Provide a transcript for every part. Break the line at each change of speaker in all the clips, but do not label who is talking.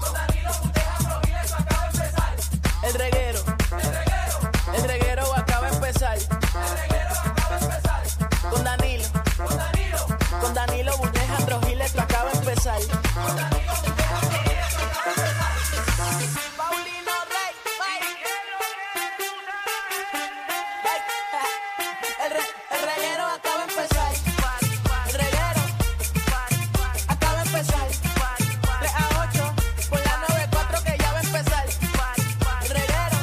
Con Danilo, Alejandro Giles esto acaba de empezar. El reguero, el reguero, el reguero acaba de empezar. El reguero acaba de empezar. Con Danilo, con Danilo, con Danilo, y Alejandro Giles esto acaba de empezar. Con Danilo, con Alejandro Giles esto acaba de empezar. Paulino Rey, Mike. El, re- el reguero acaba de empezar. El reguero acaba de empezar. 3 a 8 por la 94 que ya va a empezar. El reguero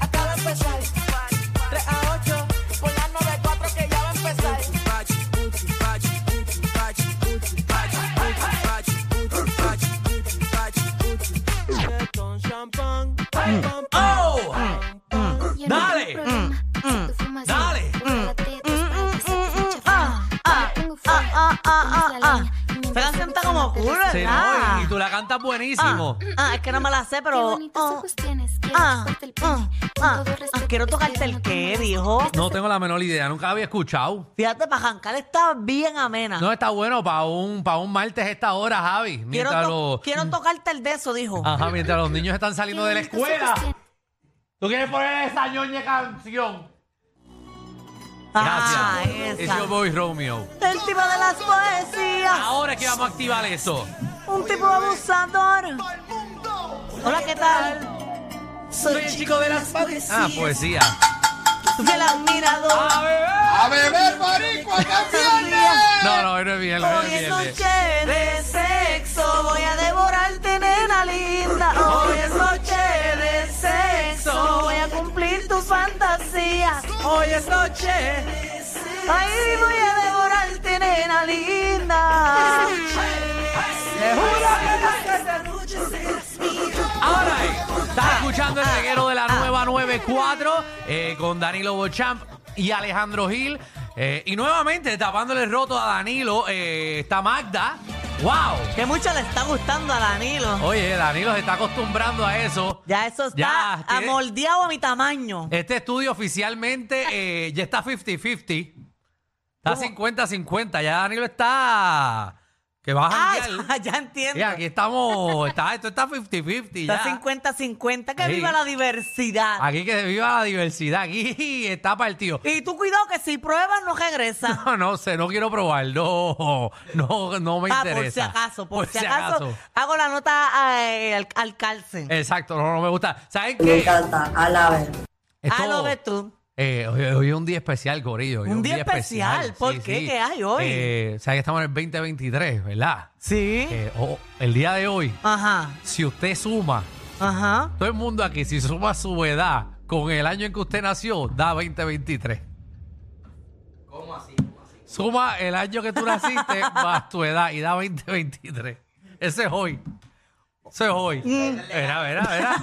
acaba de empezar. 3 a 8 por la 94 que ya va a empezar. Con champán.
Oh, Dale.
Mm,
Dale.
mm, ah, Esa canción está como cool,
Sí,
¿verdad?
no, y, y tú la cantas buenísimo.
Ah, es que no me la sé, pero. oh, ah, ah, ah, ah, quiero tocarte el qué, viejo.
No tengo la menor idea, nunca la había escuchado.
Fíjate, para jancar está bien amena.
No está bueno para un, para un martes esta hora, Javi.
quiero,
Mientras,
to-
los,
quiero tocarte el de eso, dijo.
ajá, mientras los niños están saliendo de la escuela. ¿Tú quieres poner esa ñoña canción? Gracias.
Ah,
Es
esa.
Yo Boy Romeo.
El tipo de las poesías.
Ahora es que vamos a activar eso.
Un tipo abusador. Hola, ¿qué tal? Soy el chico de las poesías.
Ah, poesía.
Del admirador.
¡A beber, marico, acá viene!
No, no, hoy no es viernes, hoy no
Hoy
es
es
viernes.
noche de sexo, voy a devorarte, nena linda. Hoy es noche de sexo, voy a cumplir tus fantasías. Hoy es noche de sexo, ahí voy a devorarte, nena linda. Te juro que esta noche serás mía.
Ahora es. Estás
Ah,
escuchando el reguero de la nueva 94 eh, con Danilo Bochamp y Alejandro Gil. Eh, y nuevamente tapándole el roto a Danilo eh, está Magda. ¡Wow!
Que mucho le está gustando a Danilo.
Oye, Danilo se está acostumbrando a eso.
Ya Eh, eso
Ya,
está
tiene-
amoldeado a mi tamaño.
Este estudio oficialmente eh, ya está 50-50. Está 50-50. Ya Danilo está. Que va a
Ah,
janguear.
ya, ya entiendo.
Y aquí estamos. Está, esto está 50-50.
Está
ya.
50-50, que
Sí.
viva la diversidad.
Aquí que viva la diversidad. Aquí está partido.
Y tú cuidado que si pruebas no regresa.
No, no sé, no quiero probar. No, no, no me
ah,
interesa.
por si acaso, por, si acaso, Hago la nota eh, al, al calce.
Exacto, no, no me gusta. ¿Saben
Me
qué?
encanta, a la vez.
Esto-
Ah, lo ves tú.
Eh, hoy, hoy es un día especial, Gorillo.
Un día especial, ¿por qué? ¿Qué hay hoy?
Eh, ¿Saben que estamos en el 2023, verdad?
Sí.
Eh, oh, el día de hoy,
Ajá,
si usted suma,
ajá.
todo el mundo aquí, si suma su edad con el año en que usted nació, da 2023. ¿Cómo así? Suma el año que tú naciste más tu edad y da 2023. Ese es hoy. Ese es hoy. Verá, verá, verá.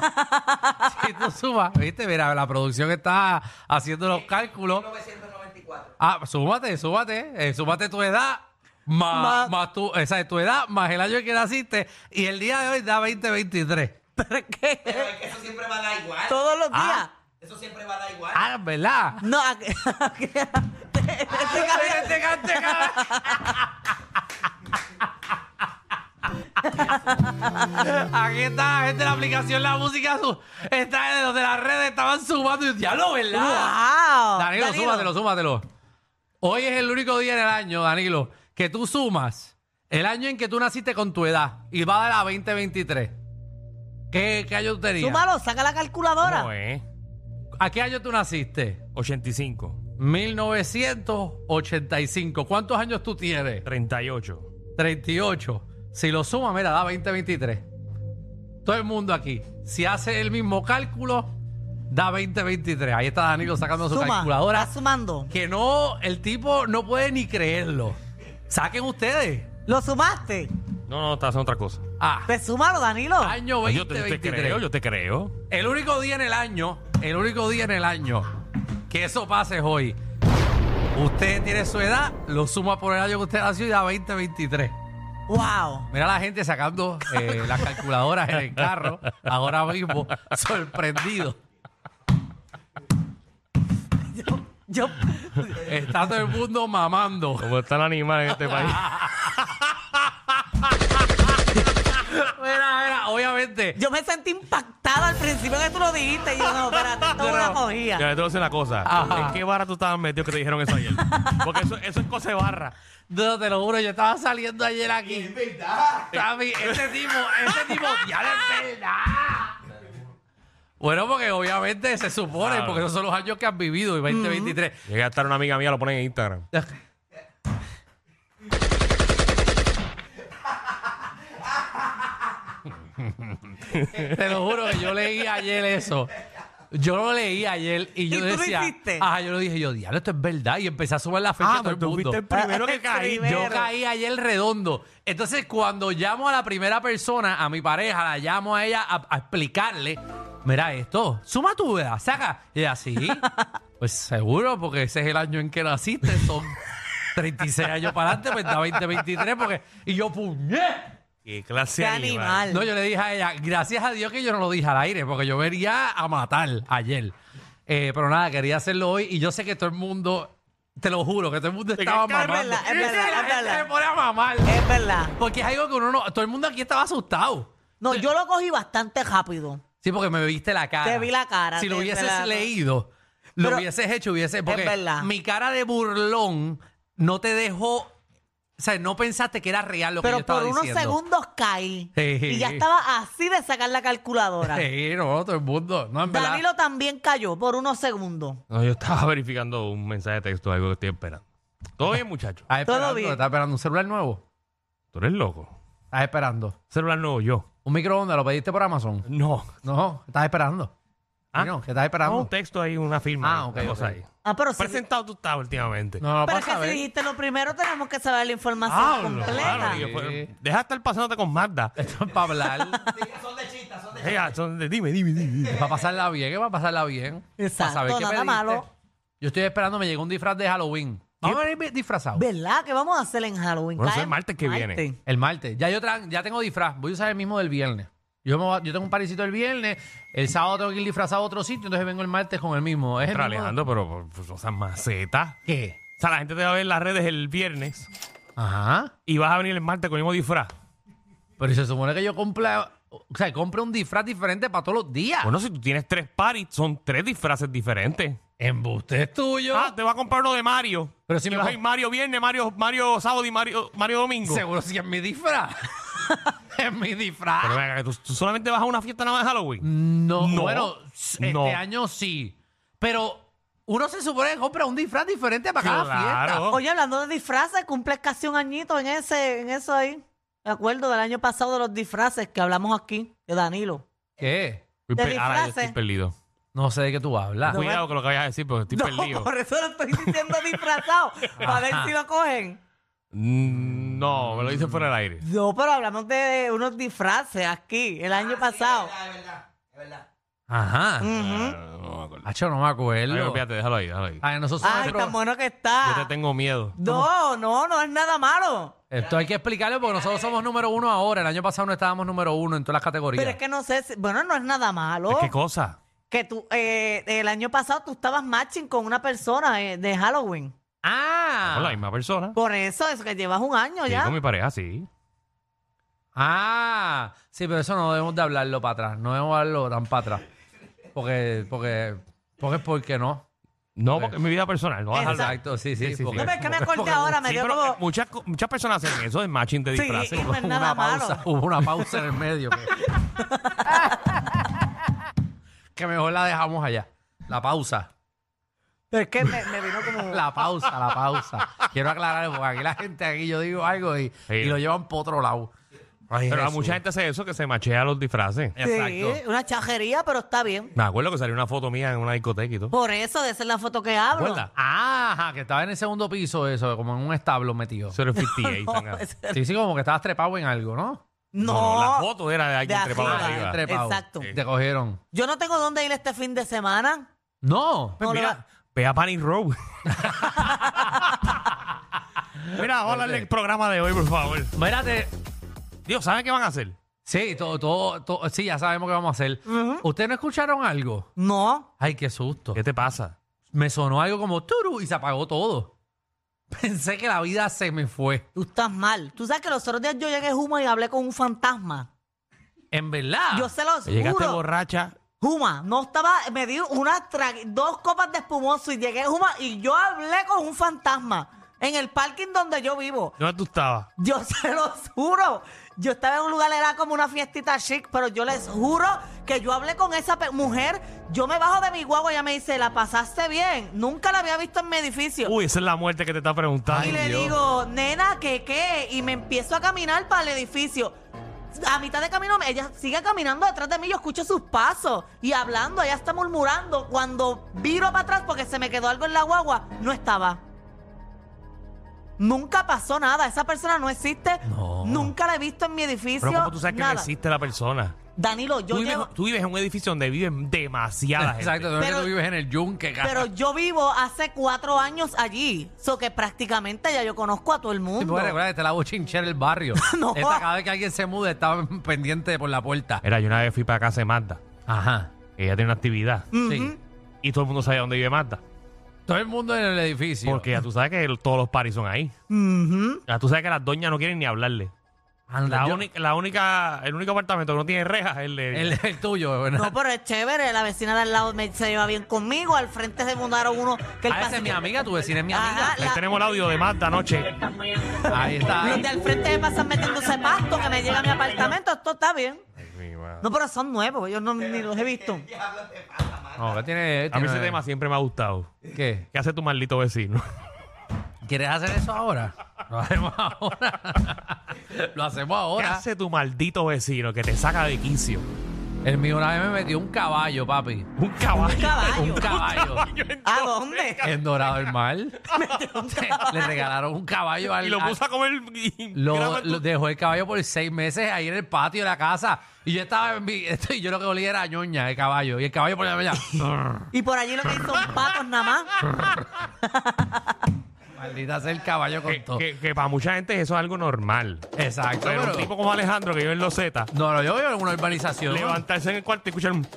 Si tú sumas, viste, mira, la producción está haciendo los cálculos. 1994. Ah, súmate, súmate. eh, súmate tu edad. Más,
Más-
más tu, o sea, tu edad, más el año en que naciste. Y el día de hoy da 2023.
¿Pero es que
Eso siempre va a dar igual.
Todos los
Ah.
días.
Eso siempre va a dar igual.
Ah, ¿verdad?
No, aquí- aquí- te- te- te-
Este cante, cabrón. Aquí está la gente de la aplicación, la música, su, está de los de las redes, estaban sumando y ya lo, ¿verdad?
¡Wow!
Danilo,
Danilo.
súmatelo, súmatelo. Hoy es el único día en el año, Danilo, que tú sumas el año en que tú naciste con tu edad y va a dar a 2023. ¿Qué, qué año tú tenías?
Súmalo, saca la calculadora.
No, eh. ¿A qué año tú naciste?
85,
1985. ¿Cuántos años tú tienes?
38.
38. Si lo suma, mira, da 2023. Todo el mundo aquí. Si hace el mismo cálculo, da 2023. Ahí está Danilo sacando su
Suma,
calculadora.
está sumando.
Que no, el tipo no puede ni creerlo. Saquen ustedes.
¿Lo sumaste?
No, no, estás haciendo otra cosa.
Ah,
Pues súmalo, Danilo.
año
yo, te, yo te
2023.
creo, yo te creo.
El único día en el año, el único día en el año que eso pase es hoy. Usted tiene su edad, lo suma por el año que usted nació y da 2023.
Wow.
Mira la gente sacando eh, las calculadoras en el carro ahora mismo, sorprendido.
Yo,
Está todo el mundo mamando.
Como están animales en este país.
Mira, mira, obviamente.
yo me sentí impactada al principio que tú lo dijiste. Y yo, no, espérate, esto es una
Ya,
cogida.
te voy a decir una cosa.
Ajá.
¿En qué barra tú estabas metido que te dijeron eso ayer? Porque eso, eso es cosa de barra.
No, te lo juro, yo estaba saliendo ayer aquí.
verdad.
Tami, este tipo, este tipo, ya no es verdad. Bueno, porque obviamente se supone,
Claro.
porque esos son los años que has vivido y 2023.
Llegué a estar una amiga mía, lo ponen en Instagram.
Te lo juro que yo leí ayer eso. Yo lo leí ayer y yo
¿Y tú lo
decía.
hiciste?
Ah, yo lo dije, yo, diablo, esto es verdad. Y empecé a sumar la fecha
Ah,
de Pues, todo el
tú
mundo.
fuiste el primero que caí.
Primero.
Yo caí ayer redondo. Entonces, cuando llamo a la primera persona, a mi pareja, la llamo a ella a, a explicarle, mira esto, suma tu edad, saca. Y así, pues seguro, porque ese es el año en que naciste, son 36 años para adelante, pues da 2023, porque... Y yo, puñé.
Qué clase
Qué
de
animal.
No, yo le dije a ella, gracias a Dios que yo no lo dije al aire, porque yo venía a matar ayer. Eh, pero nada, quería hacerlo hoy y yo sé que todo el mundo, te lo juro, que todo el mundo
que
estaba
es verdad,
mamando.
es verdad,
la
es
gente
verdad. Eh.
se pone a mamar.
Es verdad.
Porque es algo que uno no. Todo el mundo aquí estaba asustado.
No, yo lo cogí bastante rápido.
Sí, porque me viste la cara.
Te vi la cara,
Si lo
te-
hubieses
te la-
leído, lo
Pero-
hubieses hecho, hubieses. Porque
verdad.
mi cara de burlón no te dejó. O sea, no pensaste que era real lo que yo
Pero
estaba
por unos
diciendo.
segundos caí.
Sí.
Y ya estaba así de sacar la calculadora.
Sí, no, todo el mundo. No, en verdad.
Danilo también cayó por unos segundos.
No, yo estaba verificando un mensaje de texto, algo que estoy esperando. Todo bien, muchacho.
Estás
Todo
esperando,
bien.
estás esperando un celular nuevo.
Tú eres loco.
Estás esperando.
Celular nuevo yo.
Un microondas, lo pediste por Amazon.
No.
No, estás esperando.
Ah.
No, que estás
No,
esperando.
un texto ahí, una firma.
Ah,
una
ok,
cosa
ok.
ahí.
Ah, pero si,
Presentado tú estabas últimamente.
No, no
pero es
pasa
que si dijiste lo primero, tenemos que saber la información
Hablo,
completa.
claro, que fue- Deja de estar pasándote con Magda.
Esto es para hablar.
Son de chistas, son de
Ey, ah, son de- dime, dime, dime.
Para pasarla bien, que para pasarla bien. Para
Exacto,
saber qué
nada
pediste.
malo.
Yo estoy esperando, me llegó un disfraz de Halloween. Vamos a venir disfrazado.
¿Verdad? ¿Qué vamos a hacer en Halloween?
Bueno, eso
Cae
es martes que viene.
El martes. Ya yo tra- ya tengo disfraz. Voy a usar el mismo del viernes. Yo, me voy- yo tengo un parecito el viernes. El sábado tengo que ir disfrazado a otro sitio, entonces vengo el martes con el mismo. Es el
Pero
mismo-
Alejandro, pero pues, o sea, maceta.
¿Qué?
O sea, la gente te va a ver en las redes el viernes
Ajá.
y vas a venir el martes con el mismo disfraz.
Pero se supone que yo compra, o sea, compre un disfraz diferente para todos los días.
Bueno, si tú tienes tres paris, son tres disfraces diferentes.
Embuste es tuyo.
Ah, te va a comprar uno de Mario.
Pero si
Y
me
vas
va-
a ir Mario viernes, Mario, Mario sábado y Mario, Mario domingo.
Seguro si es mi disfraz. es mi disfraz.
Pero venga, que tú, tú solamente vas a una fiesta nada más
Mm.
de Halloween.
No,
No.
bueno, s- este
No.
año sí. Pero uno se supone que compra un disfraz diferente para cada fiesta.
Oye, hablando de disfraces, cumples casi un añito en ese, en eso ahí. Me acuerdo del año pasado de los disfraces que hablamos aquí, de Danilo.
¿Qué?
Fui
de
pe- Ahora yo
disfraces. Ah,
estoy perdido.
No sé de qué tú hablas.
Cuidado con lo que vayas a decir, porque estoy
No,
perdido.
por eso lo estoy diciendo disfrazado, para ver si lo cogen.
Mm, No, me lo dices fuera del aire.
No, pero hablamos de unos disfraces aquí, el año pasado.
Ah, es verdad, es verdad.
Ajá.
Ah, no me acuerdo.
Hacho, no me
Ay,
acuerdo.
olvídate, déjalo ahí, déjalo ahí.
Ah.
Ay, nosotros somos
Ay,
pro-
tan bueno que
Yo te
está.
tengo miedo.
No, no, no es nada malo.
Esto hay que explicarlo porque nosotros somos número uno ahora. El año pasado no estábamos número uno en todas las categorías.
Pero es que no sé, si- bueno, no es nada malo.
¿Qué cosa?
Que tú, eh, el año pasado tú estabas matching con una persona eh, de Halloween.
Con la
¡Ah!
misma persona.
Por eso es que llevas un año
Sí,
ya.
con mi pareja, sí.
¡Ah! Sí, pero eso no debemos de hablarlo para atrás. No debemos hablarlo tan para atrás. Porque, porque, porque es porque no.
No, porque es mi vida personal. No vas a hablar.
Exacto, sí, sí.
Sí, sí, sí.
No, pero es que me
porque-
acordé ahora, me
Sí,
dio
pero
como...
eh, muchas, co- muchas personas hacen eso de matching de
Sí,
disfraces.
y- y- no es
Hubo
nada
una pausa,
malo.
hubo una pausa en el medio. Que, que mejor la dejamos allá. La pausa.
Pero es que me, me vino como...
La pausa, la pausa. Quiero aclarar, porque aquí la gente, aquí yo digo algo y,
Sí.
y lo llevan por otro lado. Ay,
Pero a
Jesús.
mucha gente hace eso, que se machea los disfraces.
Sí, una chajería, pero está bien.
Me acuerdo que salió una foto mía en una discoteca y todo.
Por eso, de esa es la foto que hablo.
¿Recuerdas?
Ah, ajá, que estaba en el segundo piso, eso, como en un establo metido.
Eso era el 58.
No,
tanga.
es-
Sí, sí, como que estabas trepado en algo, ¿no?
no,
la foto era de alguien
de
trepado
arriba.
arriba.
Entre-
Trepado.
Exacto.
Te cogieron.
yo no tengo dónde ir este fin de semana.
No.
Pues
No, no,
mira, ve a Panic Row. mira, hola el programa de hoy, por favor.
Mírate.
Dios, ¿saben qué van a hacer?
Sí, todo, todo, todo- sí, ya sabemos qué vamos a hacer. ¿Ustedes no escucharon algo?
No.
Ay, qué susto.
¿Qué te pasa?
Me sonó algo como turu y se apagó todo. Pensé que la vida se me fue.
Tú estás mal. Tú sabes que los otros días yo llegué a Juma y hablé con un fantasma.
En verdad.
Yo se los
Llegaste
juro.
borracha.
Juma, no estaba, me dio una tra- dos copas de espumoso y llegué a Juma y yo hablé con un fantasma en el parking donde yo vivo.
¿Dónde tú estabas?
Yo se los juro. Yo estaba en un lugar, era como una fiestita chic, pero yo les juro que yo hablé con esa pe- mujer. Yo me bajo de mi guagua y ella me dice, la pasaste bien. Nunca la había visto en mi edificio.
Uy, esa es la muerte que te está preguntando.
y le digo, nena, ¿qué qué? Y me empiezo a caminar para el edificio. A mitad de camino, ella sigue caminando detrás de mí, yo escucho sus pasos y hablando, ella está murmurando. Cuando viro para atrás porque se me quedó algo en la guagua, no estaba. Nunca pasó nada, esa persona no existe,
No.
nunca la he visto en mi edificio.
Pero ¿cómo tú sabes que
nada.
no existe la persona?
Danilo, yo
Tú vives,
llevo-
tú vives en un edificio donde viven demasiada gente.
Exacto, tú-
Pero-
tú vives en el yunque, cara.
pero yo vivo hace cuatro años allí, so que prácticamente ya yo conozco a todo
pues,
el
Sí,
mundo.
porque recuerda este que te la bochinchera el barrio.
No.
Esta, cada vez que alguien se muda, estaba pendiente por la puerta.
Era, yo una vez fui para casa de Magda.
Ajá.
Ella tiene una actividad.
Sí.
Y todo el mundo sabe dónde vive Magda.
Todo el mundo en el edificio.
Porque ya tú sabes que el- todos los paris son ahí.
Ujú.
Ya tú sabes que las doñas no quieren ni hablarle.
Anda,
La,
yo-
única, la única, el único apartamento que no tiene rejas es el de
el, el tuyo, ¿verdad?
No, pero es chévere. La vecina de al lado me, se lleva bien conmigo. Al frente se mudaron uno que el
Ah, esa es mi
pasillo-
amiga, tu vecina es mi
Ajá,
amiga.
Ahí
la-
tenemos el audio de Magda anoche.
Ahí está.
Los de al frente me pasan metiéndose pasto que me llega a mi apartamento. Esto está bien. No, pero son nuevos. Yo no, ni los he visto.
No, ¿qué tiene,
A mí ese
tiene-
tema siempre me ha gustado.
¿Qué?
¿Qué hace tu maldito vecino?
¿Quieres hacer eso ahora? Lo hacemos ahora. Lo hacemos
¿Qué
ahora.
hace tu maldito vecino que te saca de quicio?
El mío una vez me metió un caballo, papi.
Un Ah, caballo.
Un caballo.
Un caballo.
¿A dónde?
En Dorado del Mar. Le regalaron un caballo al.
Y lo
al-
puso a comer. y- grama
Lo,
en tu-
lo dejó el caballo por seis meses ahí en el patio de la casa. Y yo estaba en mi- esto, y yo lo que olía era ñoña, el caballo. Y el caballo por la mañana.
Y por allí lo que hay son patos nada más.
Maldita sea el caballo con
que,
todo.
que- que para mucha gente eso es algo normal.
Exacto.
Pero un
pero-
tipo como Alejandro que vive en los Z,
No, no, yo vivo en una urbanización.
levantarse en el cuarto y escuchar un.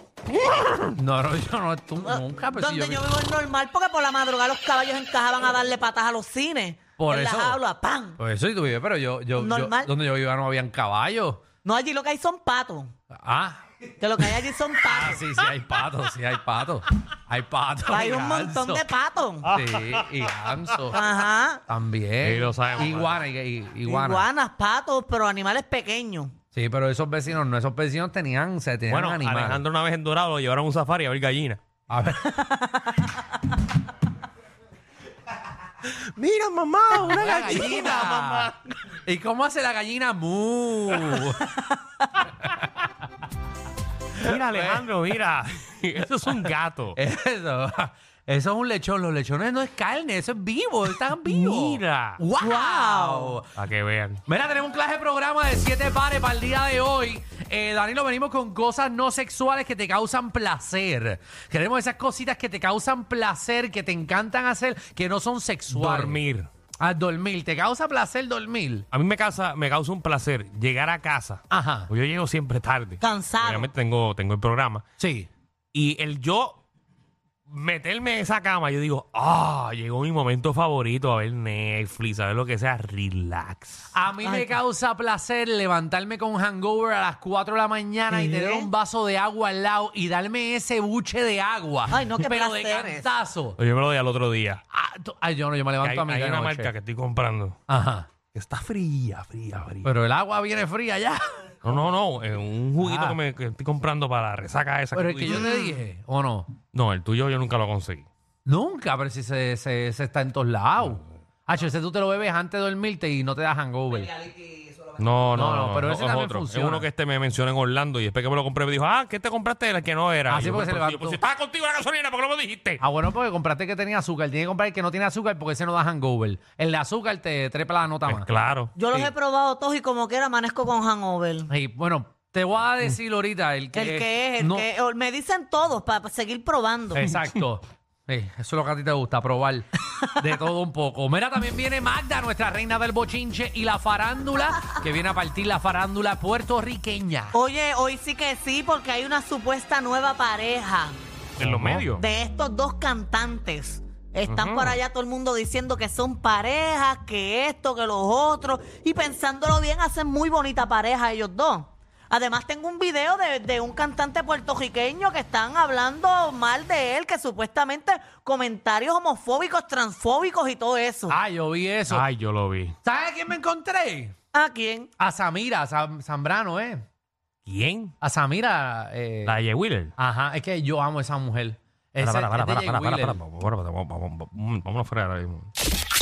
No, no, yo no, tú Pues nunca. pero si
Donde
yo-
yo vivo es normal porque por la madrugada los caballos encajaban a darle patas a los cines.
Por
en
eso.
la jaula, ¡pam!
Por Pues eso y tú vives, pero yo, yo, yo-
Normal.
donde yo vivía no habían caballos.
No, allí lo que hay son patos.
Ah,
Que lo que hay allí son
ah,
patos.
sí, sí, hay patos, sí, hay patos. Hay patos.
Hay
y
un montón
ganso.
de Ah. patos.
Sí, y ganso.
Ajá.
También.
Sí, lo sabemos.
Iguana, y, y- iguana.
Iguanas, patos, pero animales pequeños.
Sí, pero esos vecinos no, esos vecinos tenían, se tenían
Bueno,
animales.
Alejandro una vez en Dorado lo llevaron a un safari a ver gallina.
A ver,
Mira, mamá, una
la gallina, mamá. ¿Y cómo hace la gallina mu?
mira, Alejandro, mira. Eso es un gato.
Eh. Eso, eso es un lechón. Los lechones no es carne, eso es vivo, están vivos.
Mira.
¡Wow!
Para que vean.
Mira, tenemos un clase de programa de siete pares para el día de hoy. Eh, Danilo, venimos con cosas no sexuales que te causan placer. Queremos esas cositas que te causan placer, que te encantan hacer, que no son sexuales.
Dormir.
Ah, dormir. ¿Te causa placer dormir?
A mí me causa, me causa un placer llegar a casa. Pues
Ajá.
Yo llego siempre tarde.
Cansado.
Obviamente tengo, tengo el programa.
Sí.
Y el yo meterme en esa cama, yo digo, ah, llegó mi momento favorito, a ver Netflix, a ver lo que sea, relax.
A mí me causa placer levantarme con hangover a las 4 de la mañana y
¿Qué?
tener un vaso de agua al lado y darme ese buche de agua.
Ay, no, qué
Pero de
placeres.
cantazo.
Yo me lo doy al otro día.
Ah, tú- ay, yo no, yo me
Hay,
levanto a
hay
mitad de
una
noche.
marca que estoy comprando.
Ajá.
que Está fría, fría, fría.
Pero el agua viene fría ya.
no, no, no. eh, un juguito
Ah.
que, me, que estoy comprando para la resaca esa.
Pero
que
el
tú
que yo
dices.
te dije, ¿o no?
No, el tuyo yo nunca lo conseguí.
Nunca, pero si se, se- se está en todos lados. Ah, ese tú te lo bebes antes de dormirte y no te da hangover.
No, no,
No, no,
no,
pero
no,
ese
es
también
otro.
funciona.
Es uno que este me menciona en Orlando y después que me lo compré me dijo, ah, ¿qué te compraste? El que no era.
Ah,
Y
sí,
yo,
porque se
pero
levantó.
si- pues, si estaba contigo en la gasolina, ¿por qué no me dijiste?
Ah, bueno, porque compraste el que tenía azúcar. Tienes que comprar el que no tiene azúcar porque ese no da hangover. El de azúcar te trepa la nota
Pues
más.
claro.
Yo los he probado todos y como quiera amanezco con hangover.
Y bueno, te voy a decir ahorita el que
El que es, el
no-
que o- me dicen todos para seguir probando.
Exacto. Sí, eso es lo que a ti te gusta, probar de todo un poco. Mira, también viene Magda, nuestra reina del bochinche y la farándula, que viene a partir la farándula puertorriqueña.
Oye, hoy sí que sí, porque hay una supuesta nueva pareja
En los medios.
de estos dos cantantes. Están
Ujú.
por allá todo el mundo diciendo que son parejas, que esto, que los otros. Y pensándolo bien, hacen muy bonita pareja ellos dos. Además, tengo un video de, de un cantante puertorriqueño que están hablando mal de él, que supuestamente comentarios homofóbicos, transfóbicos y todo eso.
Ah, yo vi eso.
Ay, yo lo vi.
¿Sabes a quién me encontré?
¿A quién?
A Samira, a Sam- Zambrano, ¿eh?
¿Quién?
A Samira. eh,
La de Jay Wheeler.
Ajá, es que yo amo a esa mujer.
Para,
Ese-
para, para,
es de
para,
Jay
para, para,
Wheeler.
para, vamos, vamos, vamos, vamos, vamos, vámonos fuera ahora mismo.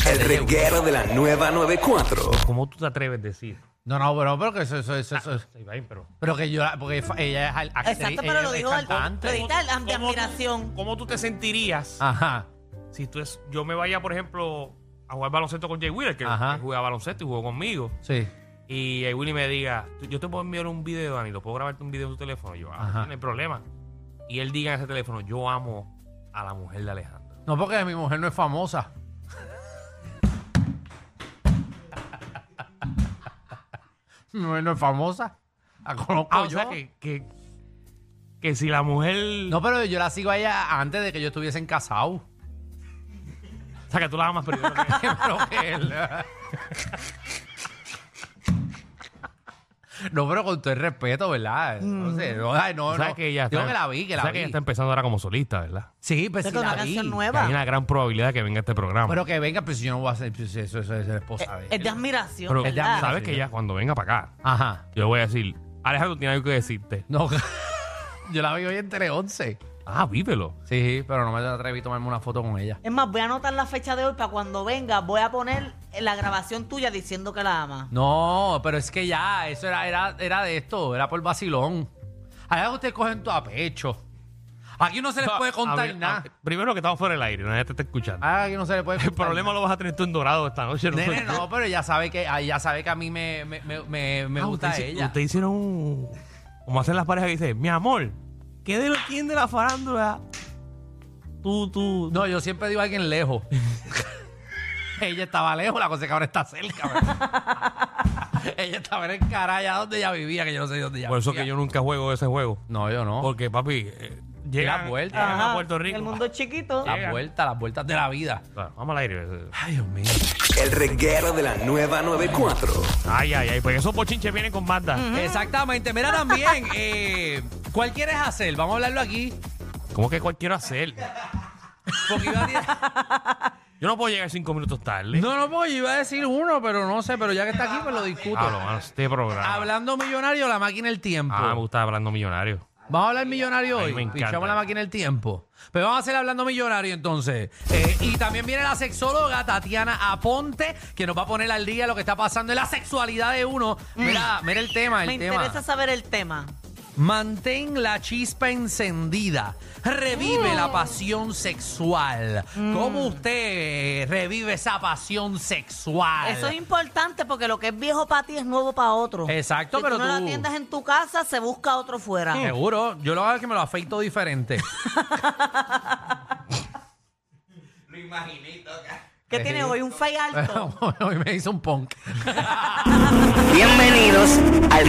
El reguero de la nueva 94.
¿Cómo tú te atreves a decir?
No, no, pero, pero que eso, eso, eso, eso-
Sí, va, pero-
Pero que yo, la- porque fa- ella es al- actriz,
Exacto, pero
ella
lo
es
dijo el-
cantante.
lo dijiste al- ante
¿Cómo tú-
admiración.
¿Cómo tú te sentirías
Ajá.
si tú es, yo me vaya, por ejemplo, a jugar baloncesto con Jay Wheeler, que,
Ajá.
que jugaba baloncesto y jugó conmigo,
Sí.
y Jay Wheeler me diga, "Tú- yo te puedo enviar un video, Dani, lo puedo grabarte un video en tu teléfono, yo, ah,
Ajá.
no hay problema. Y él diga en ese teléfono, yo amo a la mujer de Alejandro.
No, porque mi mujer no es famosa. mi mujer no es famosa. La conozco
Ah, o
yo.
sea, que, que, que si la mujer...
No, pero yo la sigo a ella antes de que yo estuviese en casado.
O sea, que tú la amas primero. que-
Pero que él- No, pero con todo el respeto, ¿verdad? No
Mm.
sé, no, ay, no,
O sea,
no.
que ella está,
Yo que la vi, que
o
la
sea,
vi.
ella está empezando ahora como solista, ¿verdad?
Sí, pero
Es
sí
con
la
una
vi.
canción
Que
nueva.
hay una gran probabilidad de que venga este programa.
Pero que venga, pues si yo no voy a hacer pues, eso, eso es la esposa de
Eh, Es de
él.
admiración,
Pero
es de
¿verdad?
sabes que ya cuando venga para acá,
Ajá.
yo le voy a decir, Alejandro tiene algo que decirte.
No, yo la vi hoy en Tele 11.
Ah, vívelo.
Sí, pero no me atreví a tomarme una foto con ella.
Es más, voy a anotar la fecha de hoy para cuando venga, voy a poner la grabación tuya diciendo que la ama.
No, pero es que ya, eso era, era, era de esto, era por vacilón. Allá ustedes cogen todo a pecho. Aquí no se les puede
A
contar
ver,
nada.
a- primero que estamos fuera del aire, nadie te está escuchando.
Ah, aquí no se le puede
El
contar
problema
nada.
lo vas a tener tú en dorado esta noche. ¿no?
Nene, no, pero ella sabe que, ah, ella sabe que a mí me, me, me, me- me
Ah,
gusta
usted, hizo-
ella.
Usted hicieron un... Como hacen las parejas que dicen, mi amor, ¿qué de lo quién de la farándula? Tú, tú...
No, yo siempre digo a alguien lejos. ella estaba lejos, la cosa es que ahora está cerca. ¿verdad? ella estaba en el caraya donde ella vivía, que yo no sé dónde ella
Por eso
vivía.
que yo nunca juego ese juego.
No, yo no.
Porque, papi, eh, Oh. llegan,
Las vueltas.
llegan
Ajá,
a Puerto Rico. Ah,
El mundo es chiquito.
Las vueltas, las vueltas de la vida.
Claro, vamos al aire.
Ay, Dios mío.
El reguero de la nueva 94.
Ay, ay, ay. Pues esos bochinches vienen con Eh, Magda.
Exactamente. Mira también, eh, ¿cuál quieres hacer? Vamos a hablarlo aquí.
¿Cómo que cuál quiero hacer?
Porque iba a decir-
Yo no puedo llegar cinco minutos tarde.
no, no, porque yo iba a decir uno, pero no sé, pero ya que está aquí, pues lo discuto.
Ah, lo malo, este programa.
Hablando millonario, la máquina del tiempo.
Ah, me gusta hablando millonario.
Vamos a hablar millonario
Ay, me
hoy.
encanta.
Pichamos la máquina del tiempo. Pero vamos a hacer hablando millonario entonces. Eh, y también viene la sexóloga Tatiana Aponte, que nos va a poner al día lo que está pasando en la sexualidad de uno. Mira, mira el tema, el
Me
tema.
interesa saber el tema.
Mantén la chispa encendida. Revive
Mm.
la pasión sexual. ¿Cómo usted revive esa pasión sexual?
Eso es importante porque lo que es viejo para ti es nuevo para otro.
Exacto,
si
pero
tú no
tú- Mm.
lo atiendes en tu casa, se busca otro fuera.
Seguro. Yo lo hago es que me lo afeito diferente.
Lo imaginé y toca.
¿Qué
Eh.
tiene hoy? Un fey alto.
Hoy me hizo un punk.
Bienvenidos al